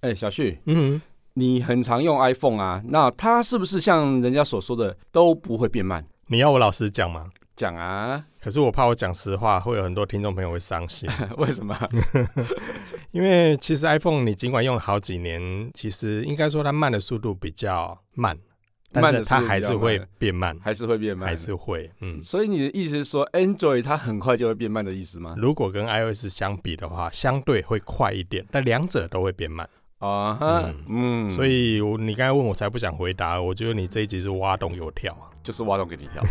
哎、小旭，嗯，你很常用 iPhone 啊，那它是不是像人家所说的都不会变慢？你要我老实讲吗？讲啊， 可是我怕我讲实话，会有很多听众朋友会伤心，为什么？因为其实 iPhone 你尽管用了好几年，其实应该说它慢的速度比较慢，但慢是的它速度还比较是会慢变慢，还是会变慢？还是会，嗯。所以你的意思是说，Android 它很快就会变慢的意思嗯吗？如果跟 iOS 相比的话，相对会快一点，但两者都会变慢。啊哈，嗯，所以我你刚才问我才不想回答，我觉得你这一集是挖洞给我跳啊。就是挖洞给你跳。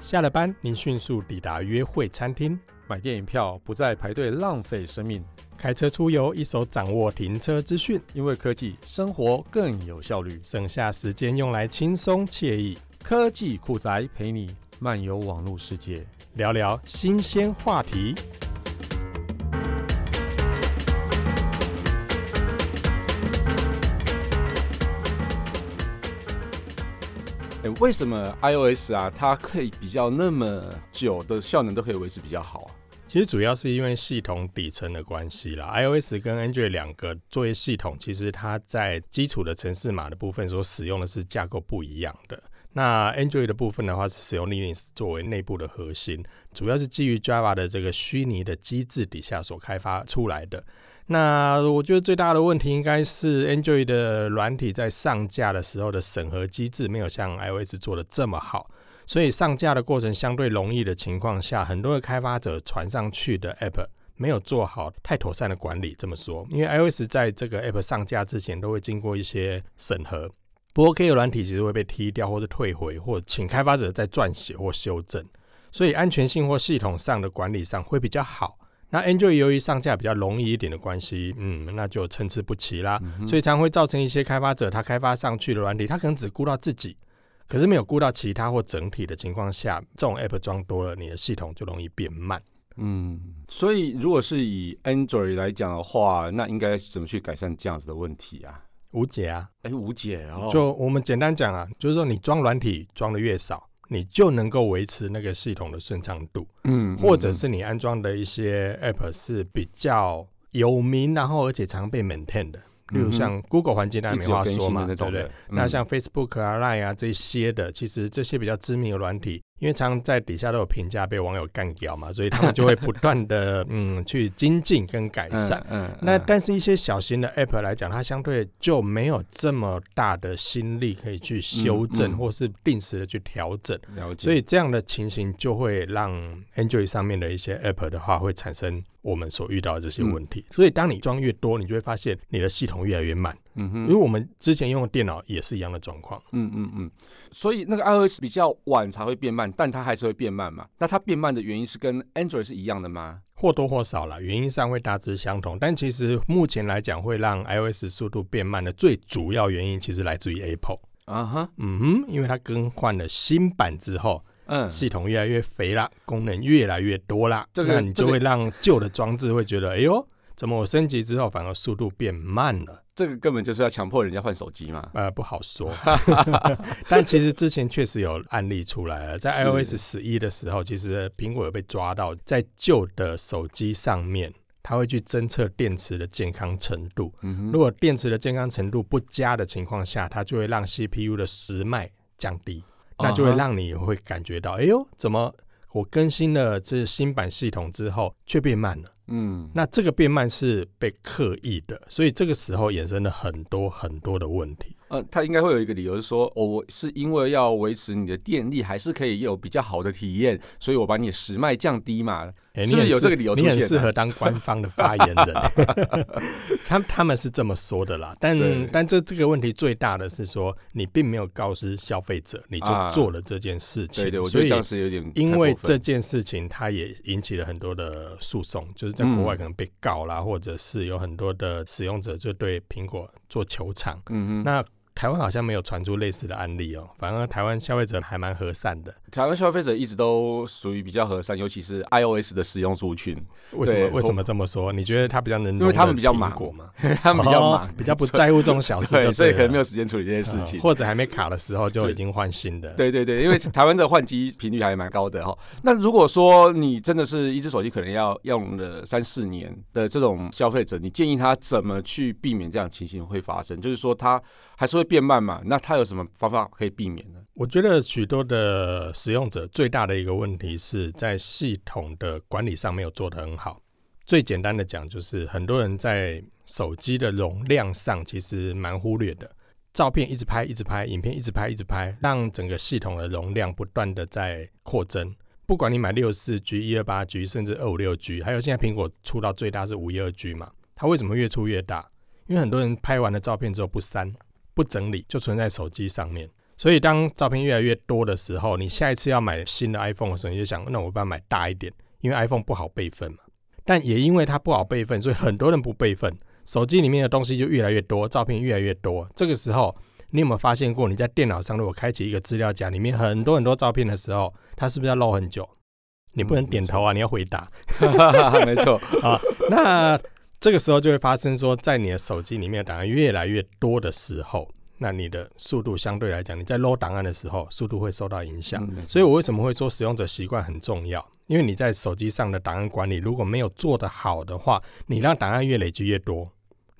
下了班，您迅速抵达约会餐厅，买电影票不再排队浪费生命，开车出游，一手掌握停车资讯，因为科技生活更有效率。省下时间用来轻松惬意，科技酷宅陪你漫游网络世界。聊聊新鲜话题。哎、为什么 iOS 啊，它可以比较那么久的效能都可以维持比较好啊？其实主要是因为系统底层的关系啦，iOS 跟 Android 两个作业系统，其实它在基础的程式码的部分所使用的是架构不一样的。那 Android 的部分的话，是使用 Linux 作为内部的核心，主要是基于 Java 的这个虚拟的机制底下所开发出来的。那我觉得最大的问题应该是 Android 的软体在上架的时候的审核机制没有像 iOS 做的这么好。所以上架的过程相对容易的情况下，很多的开发者传上去的 App 没有做好太妥善的管理。这么说，因为 iOS 在这个 App 上架之前都会经过一些审核，不 OK 的软体其实会被踢掉，或者退回，或请开发者再撰写或修正。所以安全性或系统上的管理上会比较好。那 Android 由于上架比较容易一点的关系，嗯，那就参差不齐啦。嗯所以常会造成一些开发者他开发上去的软体，他可能只顾到自己，可是没有顾到其他或整体的情况下，这种 app 装多了，你的系统就容易变慢。嗯，所以如果是以 Android 来讲的话，那应该怎么去改善这样子的问题啊？无解啊！哎、无解哦，就我们简单讲啊，就是说你装软体装的越少，你就能够维持那个系统的顺畅度，嗯或者是你安装的一些 app 是比较有名，然后而且常被 maintain 的，例如像 Google 环境，大嗯一家直没有话更说新嘛，的那对不种对的？，那嗯像 Facebook 啊、Line 啊这些的，其实这些比较知名的软体，因为常常在底下都有评价被网友干掉嘛，所以他们就会不断 的嗯去精进跟改善。嗯，嗯那嗯但是，一些小型的 App 来讲，它相对就没有这么大的心力可以去修正，嗯或是定时的去调整，了解，所以这样的情形就会让 Android 上面的一些 App 的话，会产生我们所遇到的这嗯些问题。所以，当你装越多，你就会发现你的系统越来越慢。嗯哼因为我们之前用的电脑也是一样的状况。嗯嗯嗯，所以那个 iOS 比较晚才会变慢，但它还是会变慢嘛。那它变慢的原因是跟 Android 是一样的吗？或多或少啦，原因上会大致相同，但其实目前来讲，会让 iOS 速度变慢的最主要原因，其实来自于 Apple。啊哈，嗯哼，因为它更换了新版之后，嗯，系统越来越肥啦，功能越来越多啦，这个那你这就个会让旧的装置会觉得，哎呦，怎么我升级之后反而速度变慢了？这个根本就是要强迫人家换手机嘛。呃，不好说。但其实之前确实有案例出来了，在是 iOS 十一的时候，其实苹果有被抓到在旧的手机上面，它会去侦测电池的健康程度。嗯如果电池的健康程度不佳的情况下，它就会让 CPU 的时脉降低，那就会啊哈让你会感觉到，哎呦，怎么我更新了这新版系统之后却变慢了？嗯，那这个变慢是被刻意的，所以这个时候衍生了很多很多的问题。呃，它应该会有一个理由是说，哦，我是因为要维持你的电力，还是可以有比较好的体验，所以我把你的时脉降低嘛。欸、是不是你很有这适个理由你出很现适啊合当官方的发言人，他他们是这么说的啦。但对但这这个问题最大的是说，你并没有告知消费者，你就啊做了这件事情。对对，我觉所得以这样是有点太因为过这分件事情，它也引起了很多的诉讼，就是在国外嗯可能被告啦，或者是有很多的使用者就对苹果做求偿。嗯哼，那台湾好像没有传出类似的案例哦，反而台湾消费者还蛮和善的。台湾消费者一直都属于比较和善，尤其是 iOS 的使用族群，为什么对为什么这么说？你觉得他比较能容忍因为他们比较苹忙果嘛，他们比较忙，哦比 较不在乎这种小事就对，所以可能没有有时间处理这件事情。或者还没卡的时候就对已经换新的。对对对，因为台湾的换机频率还蛮高的哈。 那如果说你真的是一只手机可能要用了三四年的这种消费者，你建议他怎么去避免这样的情形会发生？就是说他还是会变慢嘛，那他有什么方法可以避免呢？ 我觉得许多的使用者最大的一个问题是在系统的管理上没有做得很好。最简单的讲，就是很多人在手机的容量上其实蛮忽略的，照片一直拍，一直拍，影片一直拍，一直拍，让整个系统的容量不断的在扩增。不管你买六四 G、一二八 G，甚至二五六 G，还有现在苹果出到最大是五一二 G 嘛，它为什么越出越大？因为很多人拍完了照片之后不删、不整理，就存在手机上面。所以当照片越来越多的时候，你下一次要买新的 iPhone 的时候，你就想，那我要买大一点，因为 iPhone 不好备份嘛。但也因为它不好备份，所以很多人不备份，手机里面的东西就越来越多，照片越来越多。这个时候，你有没有发现过，你在电脑上如果开启一个资料夹，里面很多很多照片的时候，它是不是要漏很久？你不能嗯点头啊，你要回答。没 错， 那这个时候就会发生说，在你的手机里面的档案越来越多的时候，那你的速度相对来讲，你在 load 档案的时候，速度会受到影响。嗯所以我为什么会说使用者习惯很重要？因为你在手机上的档案管理如果没有做得好的话，你让档案越累积越多，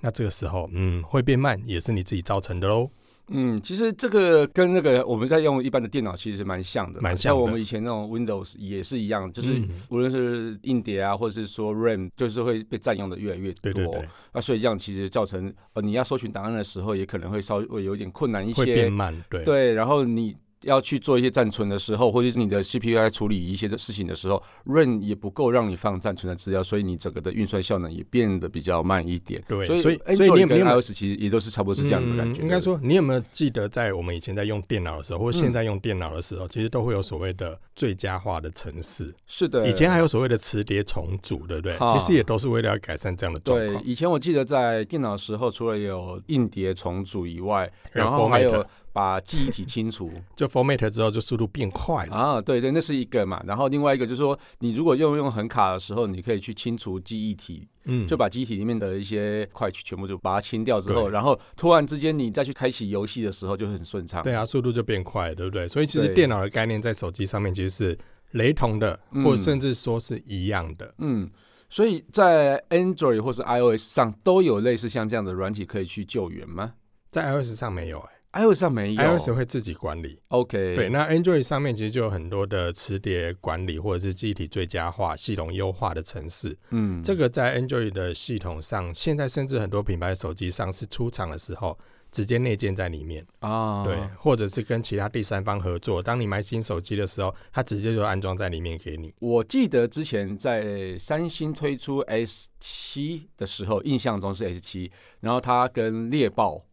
那这个时候，嗯，会变慢，也是你自己造成的喽。嗯，其实这个跟那个我们在用一般的电脑其实是蛮像的嘛，蛮像的像我们以前那种 Windows 也是一样，就是嗯无论是硬碟啊，或者是说 RAM，就是会被占用的越来越多。对对对，那啊所以这样其实造成呃，你要搜寻档案的时候，也可能会稍微有点困难一会些变。慢，对。对，然后你要去做一些暂存的时候，或者是你的 CPU 在处理一些的事情的时候，RAM 也不够让你放暂存的资料，所以你整个的运算效能也变得比较慢一点。对所以所以 Android 所以你有没有跟 iOS 其实也都是差不多是这样的感觉。嗯应该说，你有没有记得，在我们以前在用电脑的时候，或者嗯现在用电脑的时候，其实都会有所谓的最佳化的程式。是的，以前还有所谓的磁碟重组，对不对？啊其实也都是为了要改善这样的状对况。以前我记得在电脑的时候，除了有硬碟重组以外，然后 format 还有把记忆体清除就 format 之后，就速度变快了。啊，对对，那是一个嘛。然后另外一个就是说，你如果用用很卡的时候，你可以去清除记忆体，嗯，就把记忆体里面的一些块去全部就把它清掉之后，对然后突然之间你再去开启游戏的时候就很顺畅。对啊，速度就变快了，对不对？所以其实对电脑的概念在手机上面其实是雷同的，嗯或者甚至说是一样的。嗯，所以在 Android 或是 iOS 上都有类似像这样的软体可以去救援吗在 iOS 上没有、欸、 ？iOS 上没有 iOS 会自己管理。 OK，对，那 Android 上面其实就有很多的磁碟管理或者是记忆体最佳化、系统优化的程式。嗯，这个在 Android 的系统上，现在甚至很多品牌手机上是出厂的时候直接内建在里面，啊，对，或者是跟其他第三方合作。当你买新手机的时候，它直接就安装在里面给你。我记得之前在三星推出 S 七的时候，印象中是 S 七，然后它跟猎豹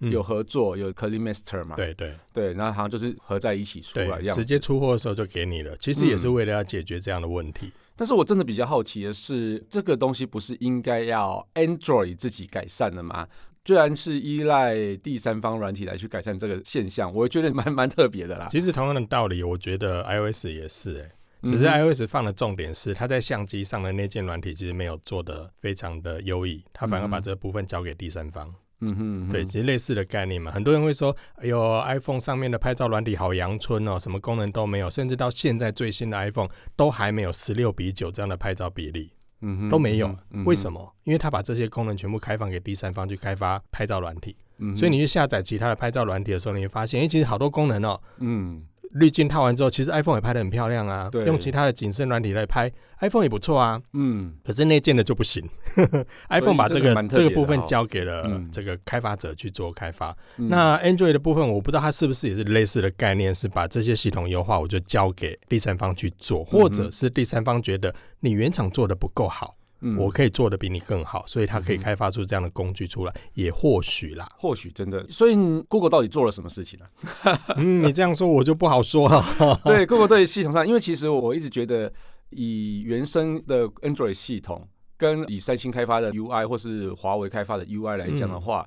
嗯有合作，有 Clean Master 嘛，对对对，然后好像就是合在一起出来一对，样嗯直。接出货的时候就给你了。其实也是为了要解决这样的问题。但是我真的比较好奇的是，这个东西不是应该要 Android 自己改善的吗？居然是依赖第三方软体来去改善这个现象，我觉得蛮蛮特别的啦。其实同样的道理，我觉得 iOS 也是、欸，只是嗯哼 iOS 放的重点是它在相机上的那件软体其实没有做的非常的优异，它反而把嗯这部分交给第三方。嗯哼嗯哼对，其实类似的概念嘛，很多人会说，哎呦，iPhone 上面的拍照软体好阳春哦，什么功能都没有，甚至到现在最新的 iPhone 都还没有十六比九这样的拍照比例，嗯哼都没有。为什么？么？因为它把这些功能全部开放给第三方去开发拍照软体，嗯哼所以你去下载其他的拍照软体的时候，你会发现，哎、其实好多功能哦，嗯滤镜套完之后，其实 iPhone 也拍得很漂亮啊，对用其他的景深软体来拍，iPhone 也不错啊。嗯可是内建的就不行 ，iPhone 把这这个个蛮特这个别部的分哦交给了嗯这个开发者去做开发，嗯那 Android 的部分，我不知道它是不是也是类似的概念，是把这些系统优化，我就交给第三方去嗯做，或者是第三方觉得你原厂做的不够好，嗯我可以做的比你更好，所以它可以嗯哼。开发出这样的工具出来，也或许啦 或许真的，所以你 Google 到底做了什么事情呢、啊嗯，你这样说我就不好说了。 对 Google 对系统上，因为其实我一直觉得，以原生的 Android 系统跟以三星开发的 UI 或是华为开发的 UI 来讲的话，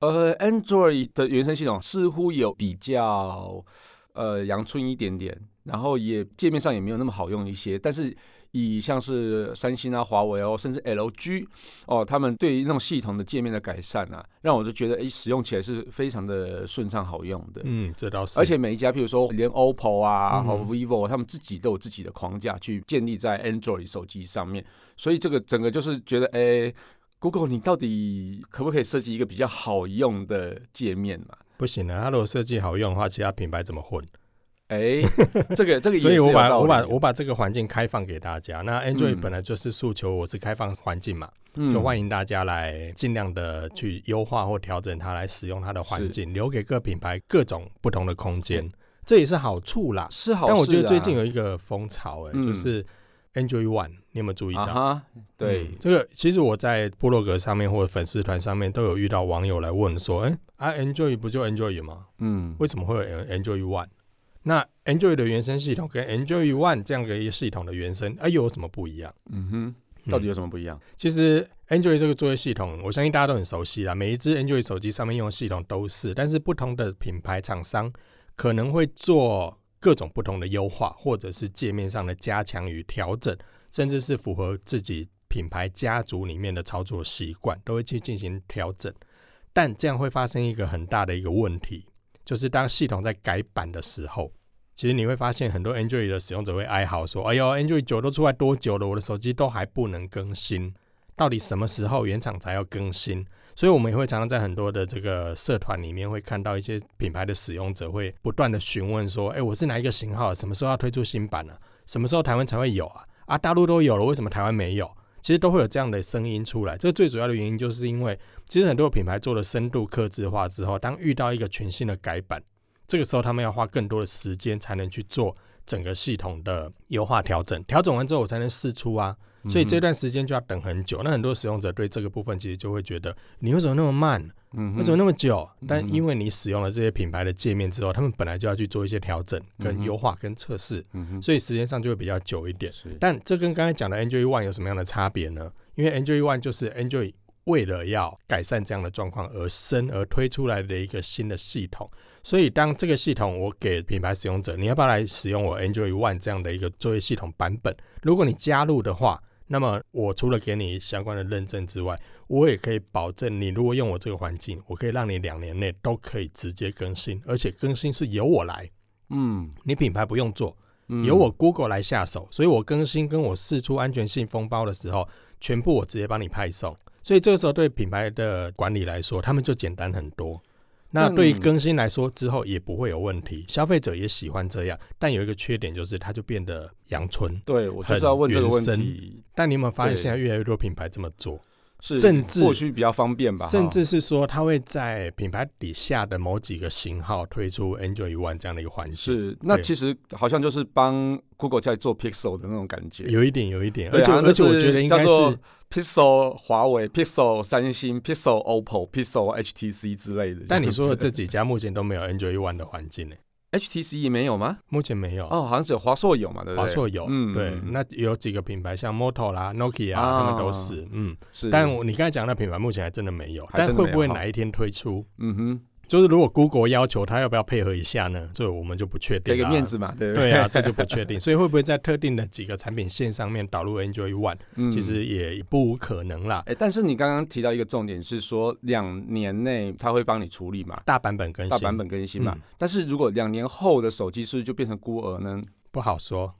呃，Android 的原生系统似乎有比较呃阳春一点点，然后也界面上也没有那么好用一些，但是。以像是三星啊、华为哦，甚至 LG 哦，他们对于那种系统的界面的改善啊，让我就觉得诶，使用起来是非常的顺畅好用的。嗯，这倒是，而且每一家，譬如说连 OPPO 啊，然后嗯 vivo，他们自己都有自己的框架去建立在 Android 手机上面，所以这个整个就是觉得，哎、g o o g l e 你到底可不可以设计一个比较好用的界面嘛、不行了，它如果设计好用的话，其他品牌怎么混？哎、这个这个也是所以我有把道我把理我把这个环境开放给大家。那 Android 嗯本来就是诉求我是开放环境嘛，嗯就欢迎大家来尽量的去优化或调整它，来使用它的环境，留给各品牌各种不同的空间，这也是好处啦。是好事、啊，但我觉得最近有一个风潮、哎、嗯就是 Android One，你有没有注意到？啊哈，对，嗯这个其实我在部落格上面或者粉丝团上面都有遇到网友来问说，哎、啊 Android 不就 Android 吗？嗯为什么会有呃 Android One？那 Android 的原生系统跟 Android One 这样的一个系统的原生，哎、又有什么不一样？嗯哼，嗯到底有什么不一样？其实 Android 这个作业系统，我相信大家都很熟悉啦，每一只 Android 手机上面用的系统都是，但是不同的品牌厂商可能会做各种不同的优化，或者是界面上的加强与调整，甚至是符合自己品牌家族里面的操作习惯，都会去进行调整。但这样会发生一个很大的一个问题，就是当系统在改版的时候，其实你会发现很多 Android 的使用者会哀嚎说：“哎呦，Android 九都出来多久了，我的手机都还不能更新，到底什么时候原厂才要更新？”所以，我们也会常常在很多的这个社团里面会看到一些品牌的使用者会不断的询问说：“哎，我是哪一个型号？什么时候要推出新版呢、啊什么时候台湾才会有啊？啊，大陆都有了，为什么台湾没有？”其实都会有这样的声音出来。这最主要的原因就是因为，其实很多品牌做了深度刻制化之后，当遇到一个全新的改版。这个时候他们要花更多的时间才能去做整个系统的优化调整，调整完之后我才能试出啊，嗯所以这段时间就要等很久。那很多使用者对这个部分其实就会觉得，你为什么那么慢？嗯哼，为什么那么久？但嗯因为你使用了这些品牌的界面之后，他们本来就要去做一些调整、跟嗯优化、跟测试，嗯哼，所以时间上就会比较久一点。是但这跟刚才讲的 Android E One 有什么样的差别呢？因为 Android E One 就是 Android 为了要改善这样的状况而生而推出来的一个新的系统，所以当这个系统我给品牌使用者，你要不要来使用我 Android E One 这样的一个作业系统版本？如果你加入的话，那么我除了给你相关的认证之外，我也可以保证你如果用我这个环境，我可以让你两年内都可以直接更新，而且更新是由我来，嗯，你品牌不用做。嗯由我 Google 来下手，所以我更新跟我试出安全性封包的时候，全部我直接帮你派送。所以这个时候对品牌的管理来说，他们就简单很多。那嗯对于更新来说，之后也不会有问题，消费者也喜欢这样。但有一个缺点就是，它就变得阳春。对我就很是要问这个原问生题，但你有没有发现，对现在越来越多品牌这么做，是甚至或许比较方便吧，甚哈至是说，它会在品牌底下的某几个型号推出 Android One 这样的一个环境。是，那对其实好像就是帮 Google 在做 Pixel 的那种感觉。有一点，有一点，对而且、啊而且我就是觉得应该叫是做 Pixel 华为、Pixel 三星、Pixel OPPO、Pixel HTC 之类的。但你说的就这是 几家目前都没有 Android One 的环境呢、欸 HTC 也没有吗？目前没有。哦，好像只有华硕有嘛，对不对？华硕有，嗯对，嗯那有几个品牌像 Moto 啦、Nokia 啊、啊他们都是，嗯。是，但我你刚才讲的品牌目前还真的没有，还但真的会没有不会哪一天推出？嗯哼，就是如果 Google 要求它要不要配合一下呢？这我们就不确定给了。个面，子嘛，对不 对啊，这就不确定。所以会不会在特定的几个产品线上面导入 Android One，、嗯其实也不无可能啦。哎，但是你刚刚提到一个重点是说，两年内它会帮你处理嘛，大版本更新，大版本更新嘛。嗯但是如果两年后的手机是不是就变成孤儿呢？不 好说，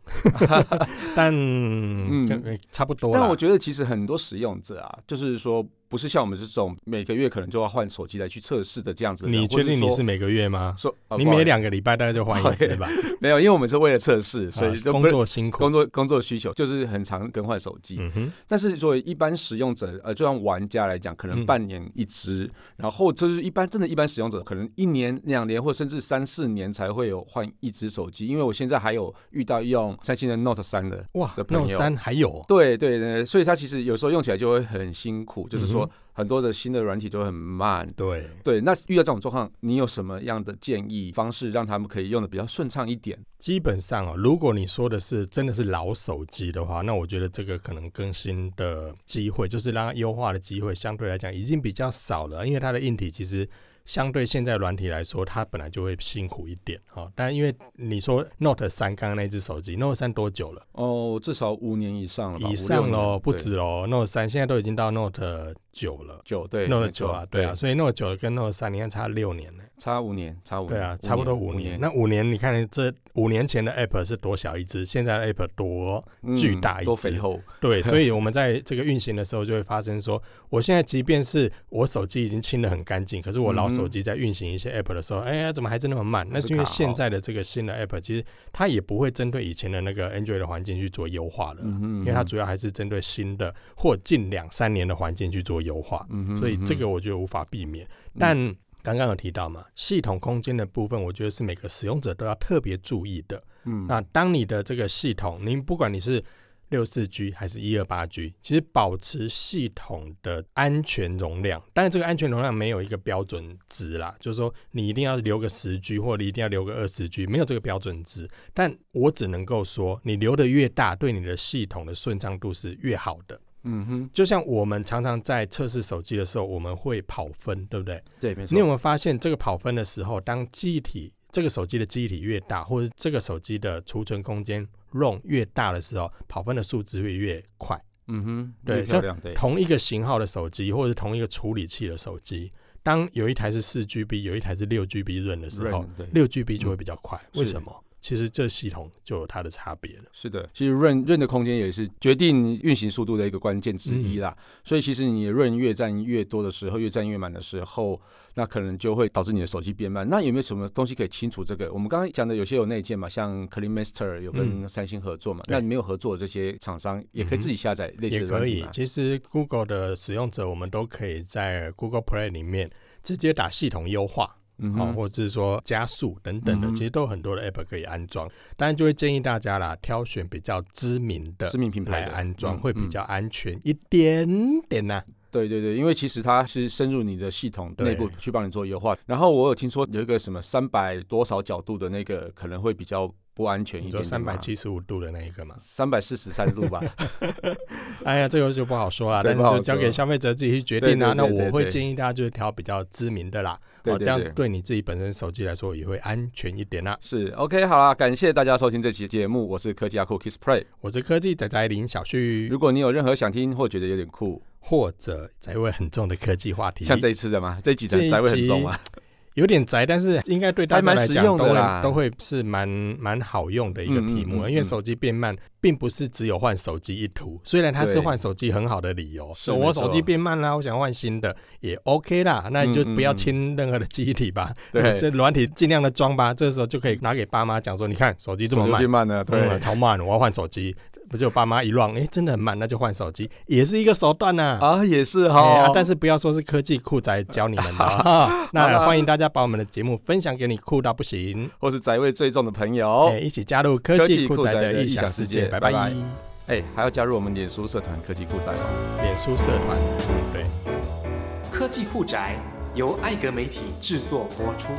但嗯，差不多啦。但我觉得其实很多使用者啊，就是说不是像我们这种每个月可能就要换手机来去测试的这样子的人。你或确定你说是每个月吗？说、啊你不好每意思两个礼拜大概就换一 次吧，没有？因为我们是为了测试，所啊以就不工是作辛苦。工作工作需求就是很常更换手机。嗯哼，但是作为一般使用者，呃，就像玩家来讲，可能嗯半年一支，然后就是一般真的一般使用者，可能一年、两年或甚至三四年才会有换一只手机。因为我现在还有遇到用三星的 Note 三的。哇的，朋那友种三还有对对对，所以它其实有时候用起来就会很辛苦，就是说、说很多的新的软体都很慢。对，对，那遇到这种状况，你有什么样的建议方式让他们可以用的比较顺畅一点？基本上哦，如果你说的是真的是老手机的话，那我觉得这个可能更新的机会，就是让它优化的机会，相对来讲已经比较少了，因为它的硬体其实。相对现在软体来说，它本来就会辛苦一点哦。但因为你说 Note 三刚刚那只手机，Note 三多久了？哦，至少哦五年以上了吧，以上喽，喽，不止喽。Note 三现在都已经到 Note 九了九对，Note 没九错啊，对啊，所以 Note 九跟 Note 三，你看差六年呢。差五年，差五年，对啊，差不多五年。那那五年，你看这五年前的 App 是多小一只，现在的 App 多巨大一多只嗯肥厚， 对，所以我们在这个运行的时候就会发生说，我现在即便是我手机已经清的很干净，可是我老手机在运行一些 App 的时候，哎、呀，怎么还是那么慢？嗯那还是是因为卡哦现在的这个新的 App 其实它也不会针对以前的那个 Android 的环境去做优化了，嗯哼，因为它主要还是针对新的或近两三年的环境去做优化。嗯哼，所以这个嗯我觉得无法避免。但刚刚有提到嘛，系统空间的部分，我觉得是每个使用者都要特别注意的。嗯那当你的这个系统，您不管你是六四 G 还是一二八 G，其实保持系统的安全容量，但是这个安全容量没有一个标准值啦，就是说你一定要留个十 G 或者你一定要留个二十 G，没有这个标准值。但我只能够说，你留的越大，对你的系统的顺畅度是越好的。嗯哼，就像我们常常在测试手机的时候，我们会跑分，对不对？对，没错，你有没有发现，这个跑分的时候，当记忆体这个手机的记忆体越大，或者这个手机的储存空间 ROM 越大的时候，跑分的数值会越快。嗯哼，对越漂亮，对，同一个型号的手机，或者是同一个处理器的手机，当有一台是四 GB，有一台是六 GB 润的时候， Rain，对，六 GB 就会比较快。嗯为是什么？其实这系统就有它的差别了。是的，其实润润的空间也是决定运行速度的一个关键之一啦。嗯所以其实你润越占越多的时候，越占越满的时候，那可能就会导致你的手机变慢。那有没有什么东西可以清除这个？我们刚刚讲的有些有内建嘛，像 Clean Master 有跟三星合作嘛，嗯对嗯那你没有合作的这些厂商也可以自己下载类似也的可软体以嘛。。其实 Google 的使用者，我们都可以在 Google Play 里面直接打系统优化。嗯哦，哼，或者是说加速等等的，嗯哼其实都有很多的 app 可以安装。当然就会建议大家啦，挑选比较知名的知名品牌来的安装，嗯会比嗯较安全一点点呐、对对对，因为其实它是深入你的系统对内部去帮你做优化。然后我有听说有一个什么三百多少角度的那个，可能会比较不安全一你点说点三嘛百七十五度的那一个嘛，三百四十三度 吧，哎呀，这个就不好说啦，对但是不好就交给说消费者自己去决定对对啦、对那对我会对建议大家就是挑比较知名的啦，对哦，对这样对对你自己本身手机来说也会安全一点啦、是 OK，好啦，感谢大家收听这期节目，我是科技阿酷 Kiss Play。我是科技仔仔林小旭如，果你有任何想听或觉得有点酷，或者宅味很重的科技话题，像这一次的吗？这一集这一的宅味很集重啊，有点宅，但是应该对大还家蛮来实讲用都的会啦都会是蛮蛮好用的一个题嗯目，嗯嗯因为嗯手机变慢，并不是只有换手机一途，虽然它是对换手机很好的理由，是说没我手机错变慢啦，我想换新的也 OK 啦，那你就嗯嗯不要嗯清任何的记忆体吧， 对这软体尽量的装吧，这时候就可以拿给爸妈讲说，你看手机这么手机慢变，慢了，对、对，超慢，我要换手机，不就爸妈一乱，哎、真的很慢，那就换手机，也是一个手段呐、啊，也是哎啊哈，但是不要说是科技酷宅教你们 的啊、那欢迎大家把我们的节目分享给你酷到不行，或是宅味最重的朋哎、友，一起加入科科技技酷酷宅宅的的异异想想世世界，界拜拜拜拜。哎，还要加入我们脸书社团科技酷宅哦。脸书社团，嗯对。科技酷宅由艾格媒体制作播出。